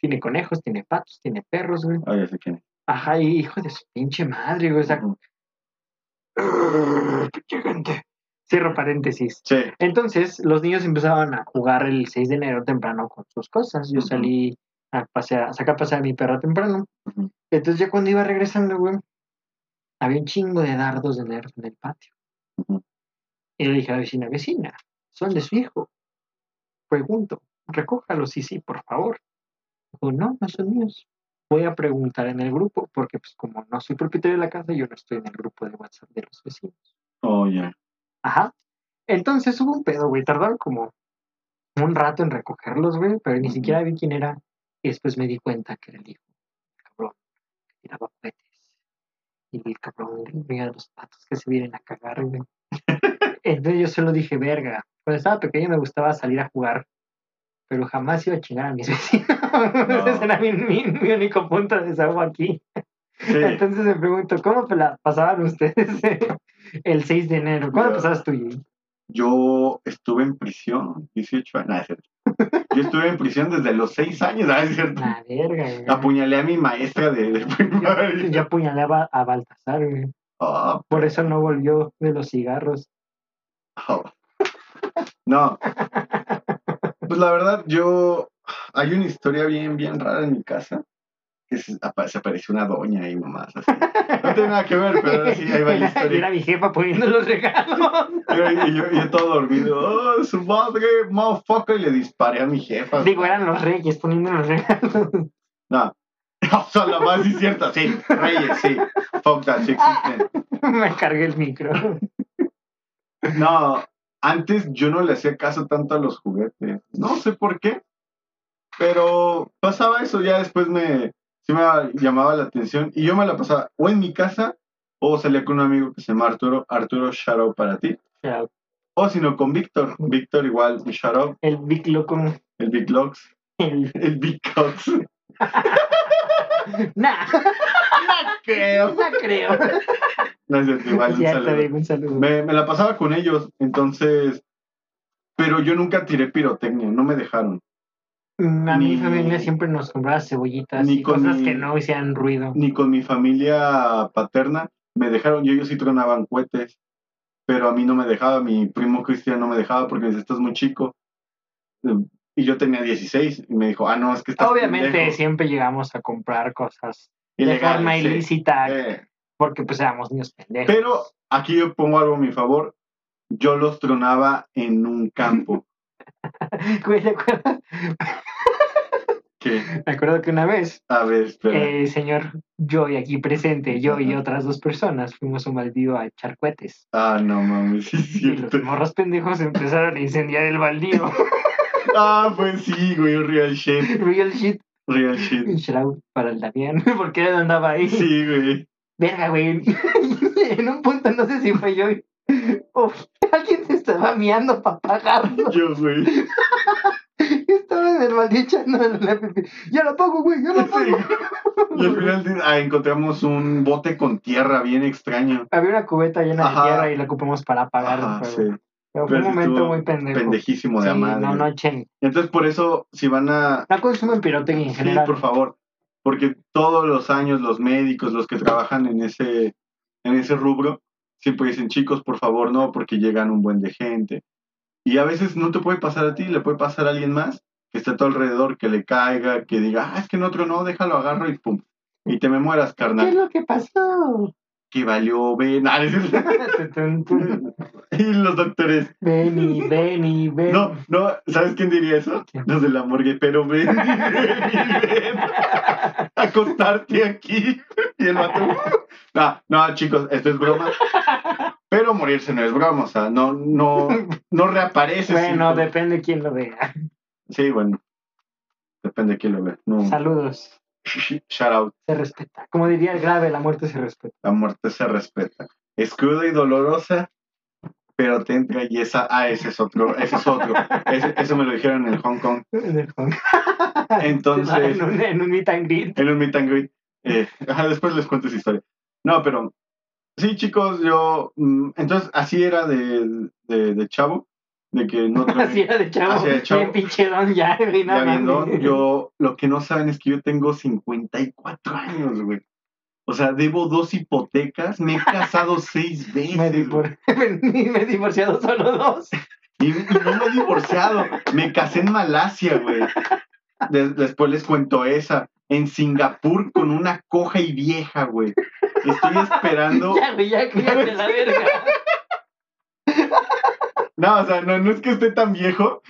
Speaker 3: tiene conejos, tiene patos, tiene perros, güey.
Speaker 2: ah, ya sé quién es.
Speaker 3: Ajá, y hijo de su pinche madre, güey. O sea,
Speaker 2: Ujú.
Speaker 3: Ah, pinche gente. Cierro paréntesis.
Speaker 2: Sí,
Speaker 3: Entonces, los niños empezaban a jugar el 6 de enero temprano con sus cosas. Yo
Speaker 2: Ujú.
Speaker 3: salí a pasear, a sacar a pasear a mi perra temprano.
Speaker 2: Ujú.
Speaker 3: Entonces, ya cuando iba regresando, güey, había un chingo de dardos de enero en el patio.
Speaker 2: Ujú.
Speaker 3: Y le dije a la vecina, vecina, son de su hijo. Pregunto, recójalos, sí, sí, por favor. Dijo, no, no son míos. Voy a preguntar en el grupo, porque pues como no soy propietario de la casa, yo no estoy en el grupo de WhatsApp de los vecinos.
Speaker 2: oye,
Speaker 3: Ajá. Entonces hubo un pedo, güey. Tardaron como un rato en recogerlos, güey, pero ni
Speaker 2: Ujú.
Speaker 3: siquiera vi quién era. Y después me di cuenta que era el hijo. El cabrón. Que tiraba cohetes. Y el cabrón, mira los patos que se vienen a cagar, güey. Entonces yo solo dije, verga. Cuando estaba pequeño me gustaba salir a jugar. Pero jamás iba a chingar a mis vecinos. Ese era mi, mi- mi único punto de desahogo aquí.
Speaker 2: sí,
Speaker 3: Entonces me pregunto, ¿cómo la pasaban ustedes el 6 de enero? ¿Cómo la
Speaker 2: Yo-
Speaker 3: pasabas tú, Jay?
Speaker 2: yo estuve en prisión 18 años. Nah, es cierto. Yo estuve en prisión desde los seis años, ah, es cierto?
Speaker 3: La verga, güey.
Speaker 2: Apuñalé a mi maestra de, de
Speaker 3: Yo,
Speaker 2: primaria.
Speaker 3: yo apuñalaba a Baltasar, güey.
Speaker 2: Ah,
Speaker 3: Por eso no volvió de los cigarros.
Speaker 2: Oh. No. Pues la verdad, yo. Hay una historia bien, bien rara en mi casa. Que se, apa- se apareció una doña ahí, mamás. así. No tiene nada que ver, pero ahora sí, ahí va la
Speaker 3: Era
Speaker 2: historia.
Speaker 3: mi jefa poniendo los regalos.
Speaker 2: Yo, yo- yo- yo todo dormido. Oh, su madre, motherfucker. Y le disparé a mi jefa.
Speaker 3: Digo, eran los reyes poniendo los regalos.
Speaker 2: No. O sea, la más incierta, sí. Reyes, sí. Fuck that, sí existen.
Speaker 3: Me cargué el micro.
Speaker 2: No, antes yo no le hacía caso tanto a los juguetes. No sé por qué. Pero pasaba eso, ya después me, sí me llamaba la atención y yo me la pasaba o en mi casa o salía con un amigo que se llama Arturo, Arturo shout out para ti, o si no con Víctor, Víctor igual, un shout out,
Speaker 3: El Big Loco.
Speaker 2: el Big Lox,
Speaker 3: El...
Speaker 2: el Big Cox,
Speaker 3: Nah,
Speaker 2: creo,
Speaker 3: no creo.
Speaker 2: no es cierto, igual, un
Speaker 3: ya te
Speaker 2: saludo.
Speaker 3: digo un saludo.
Speaker 2: Me, me la pasaba con ellos, entonces, pero yo nunca tiré pirotecnia, no me dejaron,
Speaker 3: Mm, A mi
Speaker 2: ni-
Speaker 3: familia siempre nos compraba cebollitas
Speaker 2: ni
Speaker 3: y
Speaker 2: con
Speaker 3: cosas
Speaker 2: mi-
Speaker 3: que no hicieran ruido.
Speaker 2: ni con mi familia paterna me dejaron, y ellos sí tronaban cohetes, pero a mí no me dejaba, mi primo Cristian no me dejaba porque me decía, estás muy chico. Eh, Y yo tenía 16 y me dijo, ah, no, es que estás
Speaker 3: Obviamente
Speaker 2: pendejo,
Speaker 3: siempre llegamos a comprar cosas de
Speaker 2: ilegal",
Speaker 3: forma
Speaker 2: "Ah, sí.
Speaker 3: ilícita
Speaker 2: Eh,
Speaker 3: porque pues éramos niños pendejos.
Speaker 2: Pero aquí yo pongo algo a mi favor, yo los tronaba en un campo.
Speaker 3: Güey, ¿te acuerdas?
Speaker 2: que,
Speaker 3: Me acuerdo que una vez
Speaker 2: a ver, espera.
Speaker 3: el señor Joy aquí presente, yo y otras dos personas fuimos a un baldío a echar cohetes.
Speaker 2: Ah, no mames, sí es
Speaker 3: Y los
Speaker 2: cierto.
Speaker 3: morros pendejos empezaron a incendiar el baldío.
Speaker 2: Ah, pues sí, güey, real shit,
Speaker 3: Real shit.
Speaker 2: real shit.
Speaker 3: Shout out para el Damián, porque él andaba ahí.
Speaker 2: Sí, güey.
Speaker 3: Verga, güey. en un punto, no sé si fue yo. o alguien se estaba miando para apagarlo.
Speaker 2: Yo, güey.
Speaker 3: Yo estaba en el baldío echando la pipi. Ya lo apago, güey, ya lo
Speaker 2: Sí.
Speaker 3: apago.
Speaker 2: Y al final di- ah, encontramos un bote con tierra bien extraño.
Speaker 3: Había una cubeta llena
Speaker 2: Ajá.
Speaker 3: de tierra y la ocupamos para apagar.
Speaker 2: Ajá,
Speaker 3: pero,
Speaker 2: sí.
Speaker 3: pero fue
Speaker 2: Pero
Speaker 3: un
Speaker 2: sí
Speaker 3: momento
Speaker 2: estuvo
Speaker 3: muy pendejo.
Speaker 2: Pendejísimo de
Speaker 3: Sí,
Speaker 2: la madre.
Speaker 3: no, no, chen.
Speaker 2: Entonces, por eso, si van a.
Speaker 3: No consumen pirotecnia en
Speaker 2: Sí,
Speaker 3: general.
Speaker 2: por favor. Porque todos los años los médicos, los que trabajan en ese, en ese rubro, siempre dicen, chicos, por favor, no, porque llegan un buen de gente. Y a veces no te puede pasar a ti, le puede pasar a alguien más que esté a tu alrededor, que le caiga, que diga, ah, es que en otro no, déjalo, agarro y pum. Y te me mueras,
Speaker 3: ¿Qué es
Speaker 2: carnal.
Speaker 3: lo que pasó?
Speaker 2: Que valió, ven. Ah, es-
Speaker 3: Tun, tun, tun.
Speaker 2: y los doctores,
Speaker 3: Benny, Benny, Benny.
Speaker 2: no, no, ¿sabes quién diría eso? Los de la morgue, pero ven, ven, ven, acostarte aquí. Y el vato, no, no, chicos, esto es broma. Pero morirse no es broma, o sea, no, no, no reapareces.
Speaker 3: Bueno,
Speaker 2: hijo.
Speaker 3: depende quién lo vea.
Speaker 2: Sí, bueno, depende de quién lo ve. No.
Speaker 3: Saludos.
Speaker 2: Shout out,
Speaker 3: Se respeta. Como diría el grave, la muerte se respeta.
Speaker 2: la muerte se respeta. Es cruda y dolorosa, pero te entra y esa, ah, ese es otro, ese es otro. Ese- eso me lo dijeron en el Hong Kong. Entonces-
Speaker 3: En un, en un meet and greet.
Speaker 2: en un meet and greet. Eh, ajá, después les cuento esa historia. No, pero sí, chicos, yo. mm, entonces, así era de, de, de chavo, de que no traía-
Speaker 3: Así era de chavo.
Speaker 2: Así era de chavo.
Speaker 3: Bien pinche don ya, güey, no
Speaker 2: ya viendo,
Speaker 3: mames.
Speaker 2: yo. Lo que no saben es que yo tengo 54 años, güey. O sea, debo dos hipotecas, me he casado seis veces.
Speaker 3: Me,
Speaker 2: güey.
Speaker 3: divor- me he divorciado solo dos.
Speaker 2: Y, y no me he divorciado. Me casé en Malasia, güey. De- después les cuento esa. En Singapur con una coja y vieja, güey. Estoy esperando.
Speaker 3: Ya, güey, ya, cállate la verga.
Speaker 2: No, o sea, no, no es que esté tan viejo,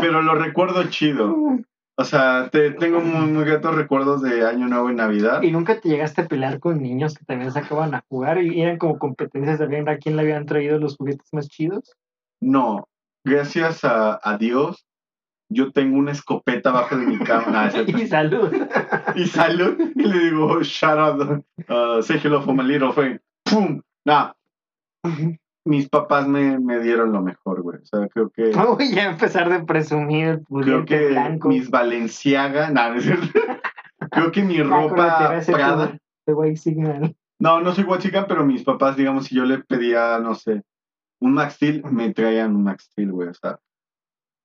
Speaker 2: pero lo recuerdo chido. O sea, te, tengo muy, muy gratos recuerdos de Año Nuevo y Navidad.
Speaker 3: ¿Y nunca te llegaste a pelear con niños que también sacaban a jugar y eran como competencias de ver a quién le habían traído los juguetes más chidos?
Speaker 2: No, gracias a, a Dios, yo tengo una escopeta abajo de mi cama. Nada, es cierto.
Speaker 3: y salud.
Speaker 2: y salgo y le digo, "Oh, shout out, uh, say hello for my little friend. ¡Pum! Nah, mis papás me, me dieron lo mejor, güey. O sea, creo que,
Speaker 3: Voy a empezar de presumir el
Speaker 2: creo
Speaker 3: pudiente
Speaker 2: que
Speaker 3: Ah, blanco.
Speaker 2: mis Valenciaga, nada, no es cierto. creo que mi
Speaker 3: Ah, con la
Speaker 2: ropa
Speaker 3: terraza
Speaker 2: Prada.
Speaker 3: de- de White Signal.
Speaker 2: No, no soy guachica, pero mis papás, digamos, si yo le pedía, no sé, un Max Steel, me traían un Max Steel, güey. O sea,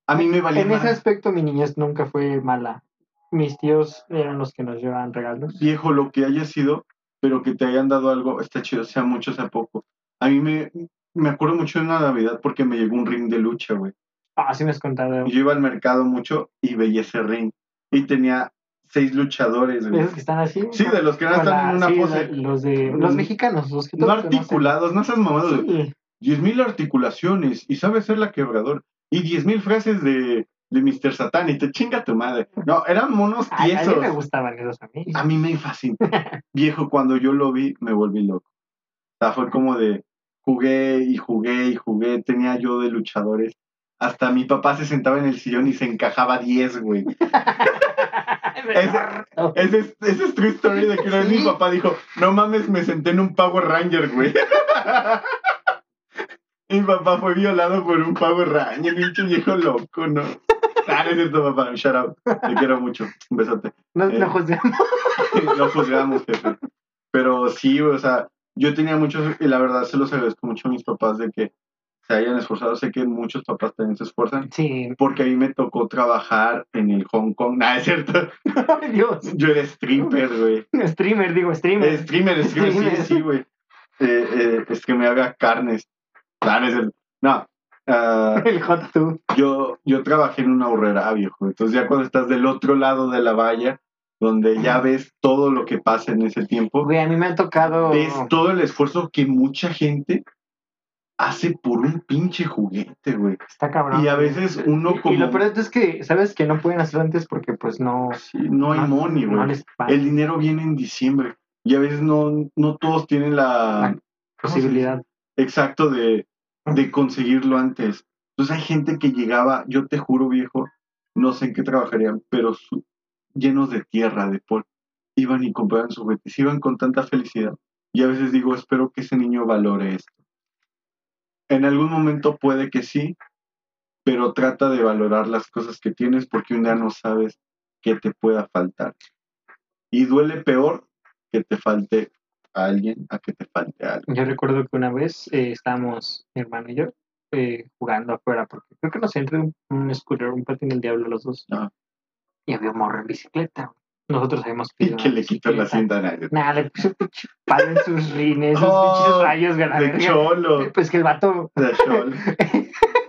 Speaker 2: A mí me valía
Speaker 3: En ese
Speaker 2: madre.
Speaker 3: aspecto mi niñez nunca fue mala. Mis tíos eran los que nos llevaban regalos.
Speaker 2: viejo lo que haya sido, pero que te hayan dado algo, está chido, sea mucho, sea poco. A mí me, me acuerdo mucho de una Navidad porque me llegó un ring de lucha, güey.
Speaker 3: Ah, sí me has contado.
Speaker 2: Y Yo iba al mercado mucho y veía ese ring. Y tenía seis luchadores, güey.
Speaker 3: Esos que están así.
Speaker 2: Sí, de los que no
Speaker 3: con
Speaker 2: están
Speaker 3: la-
Speaker 2: en una
Speaker 3: sí,
Speaker 2: pose.
Speaker 3: la- los de los mexicanos, los que
Speaker 2: No
Speaker 3: todos conocen.
Speaker 2: articulados, no seas mamado. güey.
Speaker 3: Sí.
Speaker 2: 10.000 articulaciones y sabe ser la quebrador. Y 10.000 frases de, de Mr. Satán y te chinga tu madre. No, eran monos
Speaker 3: Ay, a mí me
Speaker 2: tiesos.
Speaker 3: gustaban esos a mí.
Speaker 2: A mí me fascinó. Viejo, cuando yo lo vi, me volví loco. O sea, fue como de jugué y jugué y jugué. Tenía yo de luchadores. Hasta mi papá se sentaba en el sillón y se encajaba 10, güey. Ah, Ese- Esa es, esa es true story de que una vez
Speaker 3: Sí.
Speaker 2: mi papá dijo, no mames, me senté en un Power Ranger, güey. mi papá fue violado por un Power Ranger, pinche viejo loco, ¿no? Ah, no es cierto, papá, shout out. Te quiero mucho. Un besote.
Speaker 3: No,
Speaker 2: eh,
Speaker 3: no juzgamos.
Speaker 2: Lo juzgamos, jefe. Pero sí, o sea, yo tenía muchos, y la verdad se los agradezco mucho a mis papás de que se hayan esforzado. Sé que muchos papás también se esfuerzan.
Speaker 3: Sí.
Speaker 2: Porque a mí me tocó trabajar en el Hong Kong. Nah, es cierto.
Speaker 3: Ay, Dios.
Speaker 2: Yo era stripper, güey.
Speaker 3: Streamer, digo,
Speaker 2: Eh,
Speaker 3: streamer.
Speaker 2: streamer, streamer,
Speaker 3: Streamer.
Speaker 2: sí, sí, güey. Eh, eh, es que me haga carnes. Ah, No, es el- no. Ah,
Speaker 3: El hot tub.
Speaker 2: yo, yo trabajé en una horrera, ah, viejo. Entonces ya cuando estás del otro lado de la valla, donde ya ves todo lo que pasa en ese tiempo,
Speaker 3: Güey, a mí me ha tocado.
Speaker 2: ves todo el esfuerzo que mucha gente hace por un pinche juguete, güey.
Speaker 3: Está cabrón.
Speaker 2: Y a veces uno
Speaker 3: Y- Y,
Speaker 2: como-
Speaker 3: lo peor es que, ¿sabes? Que no pueden hacerlo antes porque, pues, no.
Speaker 2: Sí, no hay money,
Speaker 3: no
Speaker 2: güey.
Speaker 3: les pagan
Speaker 2: El dinero viene en diciembre y a veces no, no todos tienen la... ¿cómo se dice?
Speaker 3: posibilidad.
Speaker 2: exacto de, de conseguirlo antes. Entonces hay gente que llegaba, yo te juro viejo, no sé en qué trabajarían, pero su- llenos de tierra, de polvo, iban y compraban sus juguetes, iban con tanta felicidad. Y a veces digo, espero que ese niño valore esto. En algún momento puede que sí, pero trata de valorar las cosas que tienes porque un día no sabes qué te pueda faltar. Y duele peor que te falte a alguien a que te falte algo.
Speaker 3: Yo recuerdo que una vez eh, estábamos, mi hermano y yo, eh, jugando afuera, porque creo que nos entra un, un scooter, un patín del diablo los dos.
Speaker 2: Ajá.
Speaker 3: Y había un morro en bicicleta. Nosotros habíamos
Speaker 2: Y
Speaker 3: pedido.
Speaker 2: que
Speaker 3: una
Speaker 2: le quitó la
Speaker 3: bicicleta.
Speaker 2: cinta a nadie.
Speaker 3: Nada, le puso un pinche palo en sus rines, esos
Speaker 2: Oh,
Speaker 3: pinches rayos, güey, a la
Speaker 2: De
Speaker 3: verga.
Speaker 2: cholo.
Speaker 3: Pues que el vato,
Speaker 2: De cholo.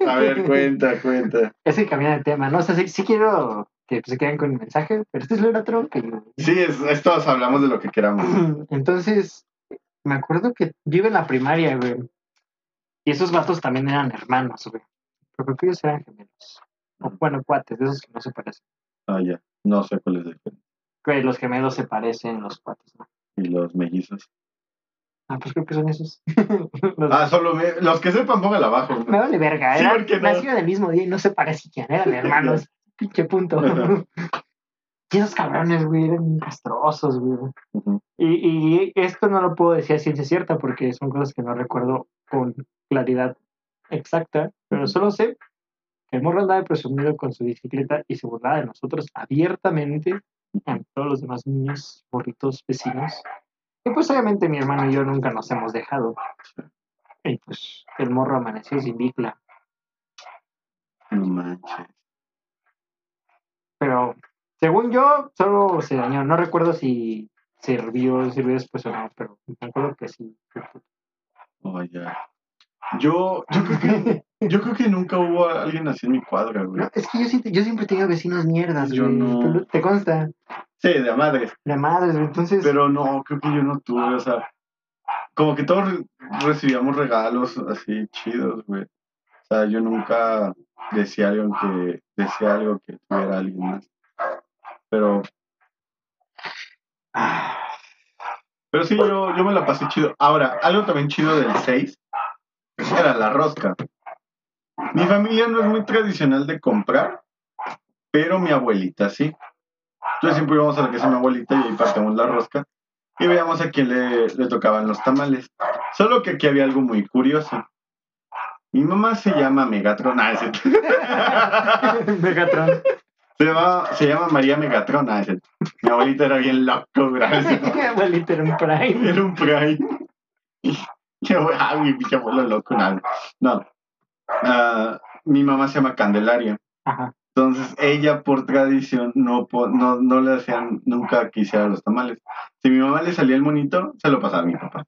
Speaker 2: A ver, cuenta, cuenta.
Speaker 3: es que cambia de tema, ¿no? O sea, sí, sí quiero que pues, se queden con el mensaje, pero este es lo otro que yo-
Speaker 2: Sí, es, es todos hablamos de lo que queramos.
Speaker 3: Entonces, me acuerdo que yo iba en la primaria, güey. Y esos vatos también eran hermanos, güey. Pero creo que ellos eran gemelos. O, bueno, cuates, de esos que no se parecen.
Speaker 2: Ah, ya. No sé cuáles de qué.
Speaker 3: Que los gemelos se parecen, los cuates, ¿no?
Speaker 2: Y los mellizos.
Speaker 3: Ah, pues creo que son esos. Los-
Speaker 2: Ah, solo me- los que sepan, póngala abajo.
Speaker 3: Me vale verga,
Speaker 2: Sí,
Speaker 3: era
Speaker 2: ¿por qué no?
Speaker 3: nacido del mismo día y no se parecían, eran hermanos. Pinche punto.
Speaker 2: Ajá.
Speaker 3: y esos cabrones, güey, eran bien castrosos, güey.
Speaker 2: Ujú.
Speaker 3: Y, y esto no lo puedo decir a ciencia cierta porque son cosas que no recuerdo con claridad exacta, pero solo sé que el morro andaba de presumido con su bicicleta y se burlaba de nosotros abiertamente ante todos los demás niños, morritos, vecinos. Y pues obviamente mi hermano y yo nunca nos hemos dejado. Y pues el morro amaneció sin bicla.
Speaker 2: No manches.
Speaker 3: Pero según yo, solo se dañó. No recuerdo si sirvió, sirvió después o no, pero me acuerdo que sí.
Speaker 2: Oh, ya. Yo, yo, creo que, yo creo que nunca hubo alguien así en mi cuadra, güey.
Speaker 3: No, es que yo, siempre- yo siempre he tenido vecinos mierdas,
Speaker 2: Yo
Speaker 3: güey.
Speaker 2: no.
Speaker 3: Tú lo- Te consta.
Speaker 2: Sí, de madres.
Speaker 3: La madre, güey. Entonces,
Speaker 2: Pero no, creo que yo no tuve, o sea. Como que todos re- recibíamos regalos así chidos, güey. O sea, yo nunca decía algo que, decía algo que tuviera alguien más. Pero,
Speaker 3: ah,
Speaker 2: pero sí, yo, yo me la pasé chido. Ahora, algo también chido del 6 era la rosca. Mi familia no es muy tradicional de comprar, pero mi abuelita sí. Entonces siempre íbamos a la casa de mi abuelita y ahí partíamos la rosca y veíamos a quién le, le tocaban los tamales. Solo que aquí había algo muy curioso. Mi mamá se llama Megatron. Ah, es cierto.
Speaker 3: Megatron.
Speaker 2: se, llama, se llama María Megatron. Ah, es cierto. Mi abuelita era bien loco, gracias.
Speaker 3: Abuelita era un prime.
Speaker 2: Era un prime. Qué bu- ah, mi pinche abuelo loco, nada. No. Ah, mi mamá se llama Candelaria.
Speaker 3: Ajá.
Speaker 2: Entonces ella por tradición no, po- no, no le hacían nunca que hiciera los tamales. Si mi mamá le salía el monito, se lo pasaba a mi papá.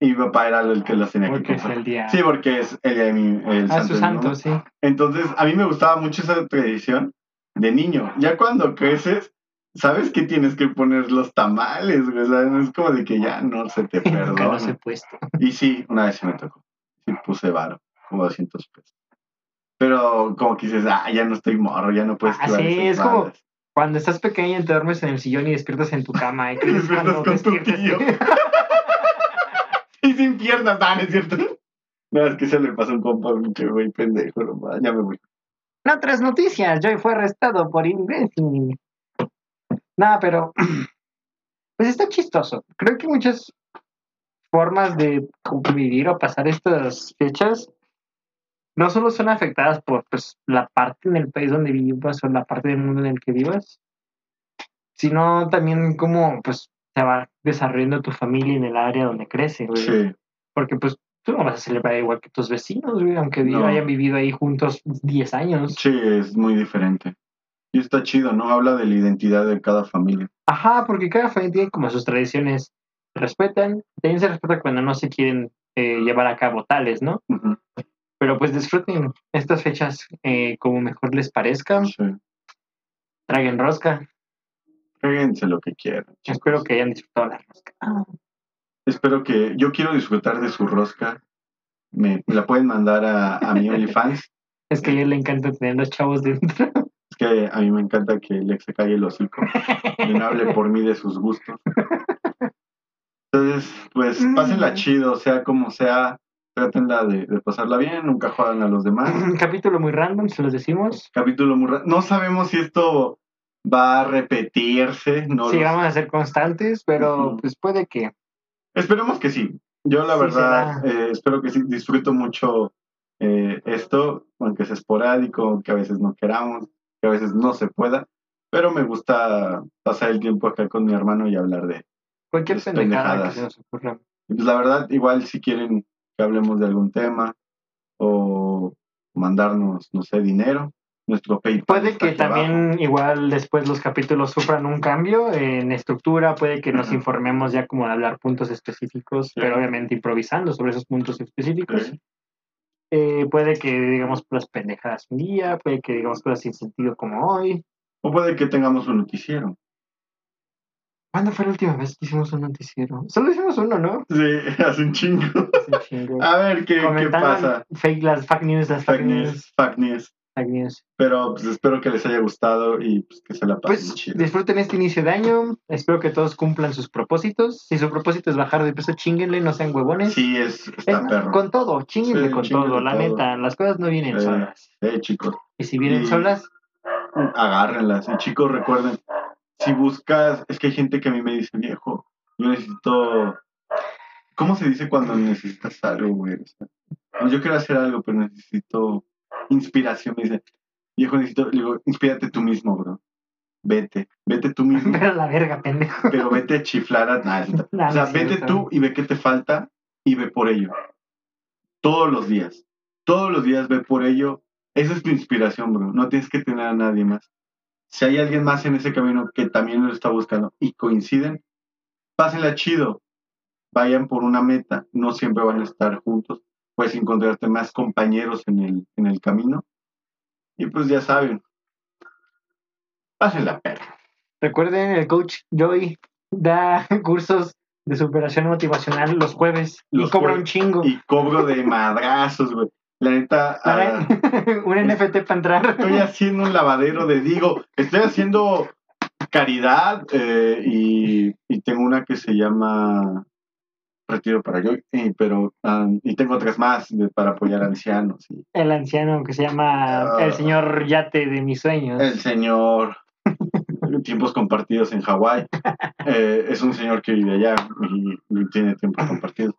Speaker 2: Y mi papá era el que los tenía que
Speaker 3: Porque es
Speaker 2: comprar.
Speaker 3: el día.
Speaker 2: Sí, porque es el día de mi el
Speaker 3: ah,
Speaker 2: santo de
Speaker 3: su
Speaker 2: mi mamá.
Speaker 3: santo, sí.
Speaker 2: Entonces, a mí me gustaba mucho esa tradición de niño. Ya cuando creces, sabes que tienes que poner los tamales, güey. o sea, no es como de que ya no se te
Speaker 3: Nunca
Speaker 2: perdona.
Speaker 3: los he puesto.
Speaker 2: Y sí, una vez sí me tocó. Sí puse varo, como 200 pesos. Pero como que dices, ah, ya no estoy morro, ya no puedes
Speaker 3: Ah,
Speaker 2: clavar
Speaker 3: sí,
Speaker 2: esas
Speaker 3: es como-
Speaker 2: balas".
Speaker 3: Cuando estás pequeño y te duermes en el sillón y despiertas en tu cama. ¿eh? ¿Qué
Speaker 2: Y
Speaker 3: dices
Speaker 2: despiertas
Speaker 3: cuando
Speaker 2: con tu tío. Y sin piernas, ah, ¿no es cierto? No, es que se le pasó un compa, pinche güey, pendejo, no mames, ya me voy.
Speaker 3: En otras noticias, Joy fue arrestado por imbécil. Nada, pero. Pues está chistoso. Creo que muchas formas de convivir o pasar estas fechas no solo son afectadas por pues, la parte del país donde vivimos o la parte del mundo en el que vivas, sino también cómo pues, se va desarrollando tu familia en el área donde crece. güey.
Speaker 2: Sí.
Speaker 3: Porque pues tú no vas a celebrar igual que tus vecinos, güey, aunque vi-
Speaker 2: No.
Speaker 3: hayan vivido ahí juntos 10 años.
Speaker 2: Sí, es muy diferente. Y está chido, ¿no? Habla de la identidad de cada familia.
Speaker 3: Ajá, porque cada familia tiene como sus tradiciones. Se respetan, también se respeta cuando no se quieren eh, llevar a cabo tales, ¿no?
Speaker 2: Ujú,
Speaker 3: Pero pues disfruten estas fechas eh, como mejor les parezca.
Speaker 2: Sí.
Speaker 3: Traguen rosca.
Speaker 2: Créense lo que quieran.
Speaker 3: Espero que hayan disfrutado la rosca.
Speaker 2: Espero que. Yo quiero disfrutar de su rosca. Me, me la pueden mandar a, a mi OnlyFans.
Speaker 3: Es que a ella le encanta tener los chavos dentro.
Speaker 2: Es que a mí me encanta que Lex se calle el hocico y no hable por mí de sus gustos. Entonces, pues pásenla chido, sea como sea. Trátenla de, de pasarla bien, nunca jodan a los demás.
Speaker 3: Un capítulo muy random, se los decimos.
Speaker 2: Capítulo muy ra- No sabemos si esto va a repetirse. No lo
Speaker 3: sí,
Speaker 2: sé.
Speaker 3: vamos a ser constantes, pero
Speaker 2: Ujú.
Speaker 3: pues puede que.
Speaker 2: Esperemos que sí. Yo la
Speaker 3: Sí,
Speaker 2: verdad eh, espero que sí. Disfruto mucho eh, esto, aunque es esporádico, que a veces no queramos, que a veces no se pueda. Pero me gusta pasar el tiempo acá con mi hermano y hablar de.
Speaker 3: Cualquier
Speaker 2: Las
Speaker 3: pendejada que
Speaker 2: pendejadas.
Speaker 3: se nos ocurra.
Speaker 2: y pues la verdad, igual si quieren que hablemos de algún tema o mandarnos, no sé, dinero, nuestro PayPal.
Speaker 3: Puede
Speaker 2: está
Speaker 3: que
Speaker 2: aquí abajo.
Speaker 3: también igual después los capítulos sufran un cambio en estructura, puede que nos
Speaker 2: Ujú.
Speaker 3: informemos ya como de hablar puntos específicos, pero obviamente improvisando sobre esos puntos específicos.
Speaker 2: Sí.
Speaker 3: Eh, puede que digamos puras pendejadas un día, puede que digamos cosas sin sentido como hoy.
Speaker 2: O puede que tengamos un noticiero.
Speaker 3: ¿Cuándo fue la última vez que hicimos un noticiero? Solo hicimos uno, ¿no? Ah,
Speaker 2: Sí, hace un chingo.
Speaker 3: Es un chingo.
Speaker 2: A ver qué, qué
Speaker 3: Comentaban
Speaker 2: pasa.
Speaker 3: Fake, las fake news, las fake,
Speaker 2: Fact
Speaker 3: news.
Speaker 2: news, fact news.
Speaker 3: fake news.
Speaker 2: Pero pues, espero que les haya gustado y pues, que se la pasen
Speaker 3: Pues
Speaker 2: chido.
Speaker 3: disfruten este inicio de año. Espero que todos cumplan sus propósitos. Si su propósito es bajar de peso, chinguenle, no sean huevones.
Speaker 2: Sí, es,
Speaker 3: Es
Speaker 2: está
Speaker 3: más,
Speaker 2: perro.
Speaker 3: con todo, chinguenle
Speaker 2: Sí,
Speaker 3: con
Speaker 2: chinguenle
Speaker 3: todo, la
Speaker 2: todo.
Speaker 3: neta. Las cosas no vienen
Speaker 2: Eh.
Speaker 3: solas.
Speaker 2: Eh, chicos,
Speaker 3: Y si vienen
Speaker 2: Y-
Speaker 3: solas,
Speaker 2: agárrenlas. Y chicos, recuerden, si buscas, es que hay gente que a mí me dice, viejo, yo necesito... ¿Cómo se dice cuando necesitas algo, güey? O sea, pues, yo quiero hacer algo, pero necesito inspiración. Me dice, viejo, necesito, le digo, inspírate tú mismo, bro. Vete, vete tú mismo,
Speaker 3: pero a la verga, pendejo.
Speaker 2: pero vete a chiflar a nadie.
Speaker 3: Nah,
Speaker 2: O sea,
Speaker 3: no es
Speaker 2: vete
Speaker 3: cierto.
Speaker 2: tú y ve qué te falta y ve por ello. Todos los días. Todos los días ve por ello. Esa es tu inspiración, bro. No tienes que tener a nadie más. Si hay alguien más en ese camino que también lo está buscando y coinciden, pásenla chido. Vayan por una meta. No siempre van a estar juntos. Puedes encontrarte más compañeros en el, en el camino. Y pues ya saben. Pásenla, perra.
Speaker 3: Recuerden, el coach Joy da cursos de superación motivacional los jueves
Speaker 2: Los
Speaker 3: y cobra
Speaker 2: jueves.
Speaker 3: un chingo.
Speaker 2: Y cobro de madrazos, güey. La neta.
Speaker 3: Para-
Speaker 2: ah,
Speaker 3: un NFT para entrar.
Speaker 2: estoy haciendo un lavadero de digo, estoy haciendo caridad eh, y, y tengo una que se llama Retiro para yo, y, pero ah, y tengo otras más de- para apoyar a ancianos. y
Speaker 3: El anciano que se llama el
Speaker 2: Ah.
Speaker 3: señor Yate de mis sueños.
Speaker 2: el señor tiempos compartidos en Hawái eh, es un señor que vive allá y, y tiene tiempos compartidos.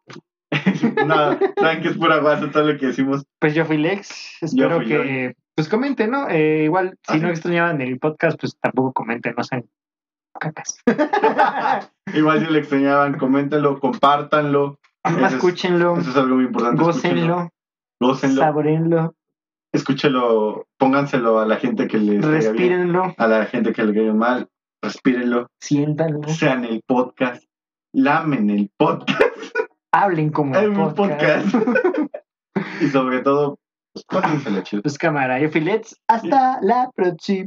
Speaker 2: Nada, saben que es pura guasa todo lo que decimos.
Speaker 3: Pues yo fui Lex, espero
Speaker 2: fui Ah,
Speaker 3: que pues comenten, ¿no? Eh, igual, si
Speaker 2: Así
Speaker 3: no
Speaker 2: es.
Speaker 3: extrañaban el podcast, pues tampoco comenten, no sean cacas.
Speaker 2: Igual si le extrañaban, coméntenlo, compártanlo.
Speaker 3: Más
Speaker 2: Eso es-
Speaker 3: escúchenlo,
Speaker 2: Eso es algo muy importante. escúchenlo.
Speaker 3: gócenlo,
Speaker 2: Gócenlo.
Speaker 3: saborenlo.
Speaker 2: escúchelo, pónganselo a la gente que le caiga bien,
Speaker 3: Respírenlo,
Speaker 2: a la gente que le caiga mal, respírenlo,
Speaker 3: siéntanlo,
Speaker 2: sean el podcast, lamen el podcast,
Speaker 3: hablen como
Speaker 2: en
Speaker 3: el
Speaker 2: un podcast. y sobre todo, pues, pásensela chido.
Speaker 3: Pues cámara, yo fui Let's. Hasta la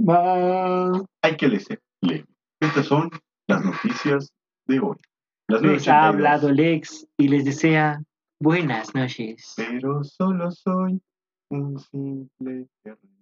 Speaker 3: próxima.
Speaker 2: Hay que leer. leer. Estas son las noticias de hoy. Las
Speaker 3: Les ha
Speaker 2: 9.82.
Speaker 3: hablado Lex y les desea buenas noches.
Speaker 2: Pero solo soy un simple guerrero.